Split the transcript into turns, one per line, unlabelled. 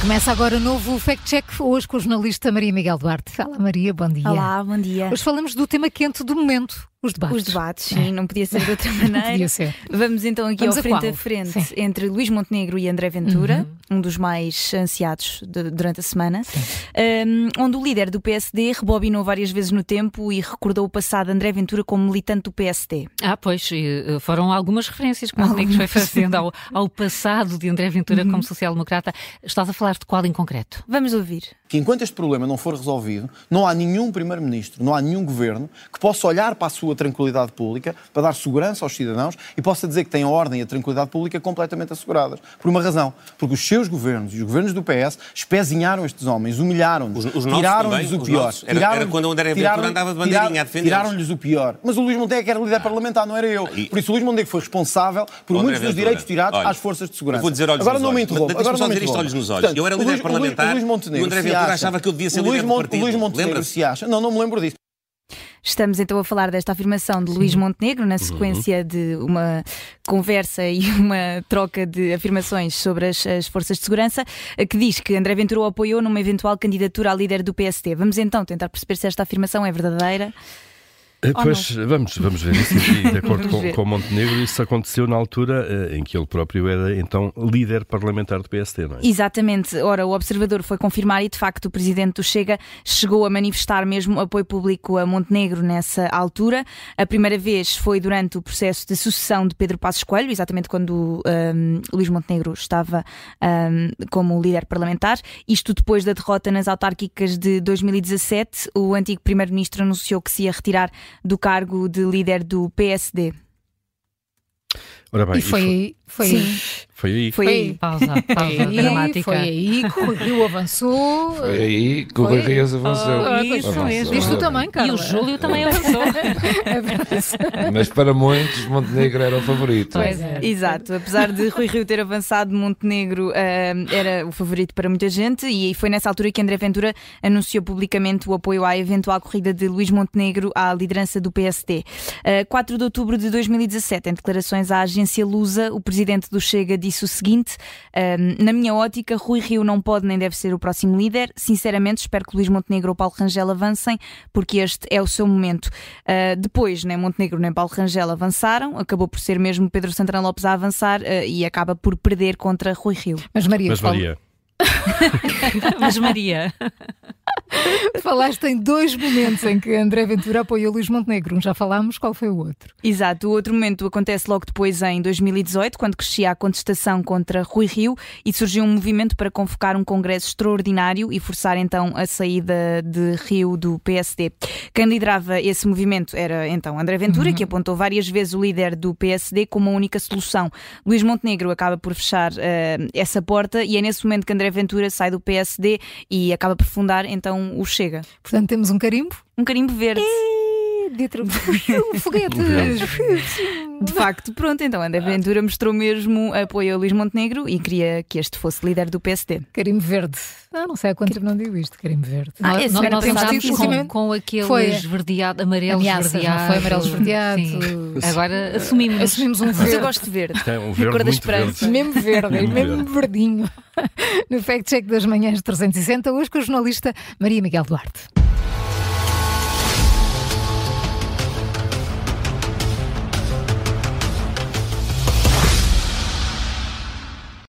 Começa agora o novo Fact Check, hoje com o jornalista Maria Miguel Duarte. Fala Maria, bom dia.
Olá, bom dia.
Hoje falamos do tema quente do momento, os debates.
Os debates, sim, não podia ser de outra maneira.
podia ser.
Vamos então aqui
Vamos a
ao frente
qual?
a, frente
Sim. Uhum.
entre Luís Montenegro e André Ventura, um dos mais ansiados de- durante a semana, um, onde o líder do PSD rebobinou várias vezes no tempo e recordou o passado de André Ventura como militante do PSD.
Ah, pois, eh, eh, foram algumas referências é que o Montenegro foi fazendo ao, ao passado de André Ventura
Uhum.
como social-democrata. Estás a falar de qual em concreto?
Vamos ouvir.
que enquanto este problema não for resolvido, não há nenhum primeiro-ministro, não há nenhum governo que possa olhar para a sua tranquilidade pública, para dar segurança aos cidadãos e possa dizer que tem a ordem e a tranquilidade pública completamente asseguradas. Por uma razão, porque os seus governos e os governos do PS espezinharam estes homens, humilharam-nos,
Os- os nossos
tiraram-lhes
também,
o
os
pior.
nossos. Era- era
Tiraram-
quando o André Ventura
tiraram-
andava de
tiraram-
bandeirinha a defender-os. Ah.
Tiraram-lhes o pior. Mas o Luís Montenegro era líder parlamentar, não era eu.
e-
Por isso o Luís Montenegro foi responsável por
Ó, André
muitos dos
Ventura,
direitos tirados
olha,
às forças de segurança.
Eu vou dizer olhos
Agora
nos
não
olhos.
me interrompa.
Mas Deixa-me
agora
só
não me
dizer isto
interrompa.
olhos nos olhos.
Portanto,
eu era
o
líder
Luís- o Luís-
parlamentar
o Luís Montenegro,
e o André
se
Ventura
acha-
achava que eu devia ser
o Luís
líder do
Mon-
partido.
O Luís Montenegro
Lembra-se?
se acha. Não, não me lembro disso.
Estamos então a falar desta afirmação de Luís Montenegro na sequência de uma conversa e uma troca de afirmações sobre as, as forças de segurança, eh, que diz que André Ventura o apoiou numa eventual candidatura a líder do PST. Vamos então tentar perceber se esta afirmação é verdadeira.
Eh,
Ou
Pois vamos, vamos ver isso aqui, de acordo
Vamos
com,
ver.
com Montenegro. Isso aconteceu na altura eh, em que ele próprio era então líder parlamentar do PST, não é?
Exatamente. Ora, o observador foi confirmar e, de facto, o presidente do Chega chegou a manifestar mesmo apoio público a Montenegro nessa altura. A primeira vez foi durante o processo de sucessão de Pedro Passos Coelho, exatamente quando ahm, Luís Montenegro estava ahm, como líder parlamentar. Isto depois da derrota nas autárquicas de 2017, o antigo primeiro-ministro anunciou que se ia retirar do cargo de líder do PSD.
Ora bem,
E foi aí, foi
Sim.
aí.
foi aí.
Foi aí.
Pausa,
Foi
pausa
aí,
dramática.
foi aí que o Rio avançou.
Foi aí que o Rui
Foi?
Reis avançou.
Oh, isso
Avançou.
mesmo.
Ah, Diz tu também, Carla.
E o Júlio também avançou.
Mas para muitos, é, Montenegro era o favorito.
Pois é.
Exato, apesar de Rui Rio ter avançado, Montenegro eh, era o favorito para muita gente e foi nessa altura que André Ventura anunciou publicamente o apoio à eventual corrida de Luís Montenegro à liderança do PSD. Eh, 4 de outubro de 2017, em declarações à agência Lusa, o presidente do Chega disse o seguinte: eh, Na minha ótica, Rui Rio não pode nem deve ser o próximo líder. Sinceramente, espero que Luís Montenegro ou Paulo Rangel avancem, porque este é o seu momento. Uh, depois, nem Montenegro nem Paulo Rangel avançaram, acabou por ser mesmo Pedro Santana Lopes a avançar uh, e acaba por perder contra Rui Rio.
Mas Maria,
Mas
fal-
Maria,
Mas Maria,
falaste em dois momentos em que André Ventura apoiou Luís Montenegro. Um já falámos, qual foi o outro?
Exato, o outro momento acontece logo depois, em 2018, quando crescia a contestação contra Rui Rio e surgiu um movimento para convocar um congresso extraordinário e forçar então a saída de Rio do PSD. Quem liderava esse movimento era então André Ventura, que apontou várias vezes o líder do PSD como a única solução. Luís Montenegro acaba por fechar eh, essa porta e é nesse momento que André Ventura sai do PSD e acaba por fundar então o Chega.
Portanto, temos um carimbo.
Um carimbo verde.
É, Dentro um foguete.
De facto, pronto, então André Ventura mostrou mesmo apoio a Luís Montenegro e queria que este fosse líder do PSD.
Carimbo verde. Ah, não sei há quanto tempo não digo isto, carimbo verde.
Ah,
nós,
esse
nós,
era
nós
pensado
andámos com,
ultimamente.
com aqueles
Foi.
verdeado, amarelos
Ameaças, não
verdeados.
foi? Amarelos verdeados.
Sim. Agora assumimos.
Assumimos um
Mas eu
verde.
gosto de verde.
tem um
cor
verde
da
muito
esperança.
verde.
Mesmo verde,
Mesmo
mesmo verdinho. No Fact Check das Manhãs 360, hoje com o jornalista Maria Miguel Duarte.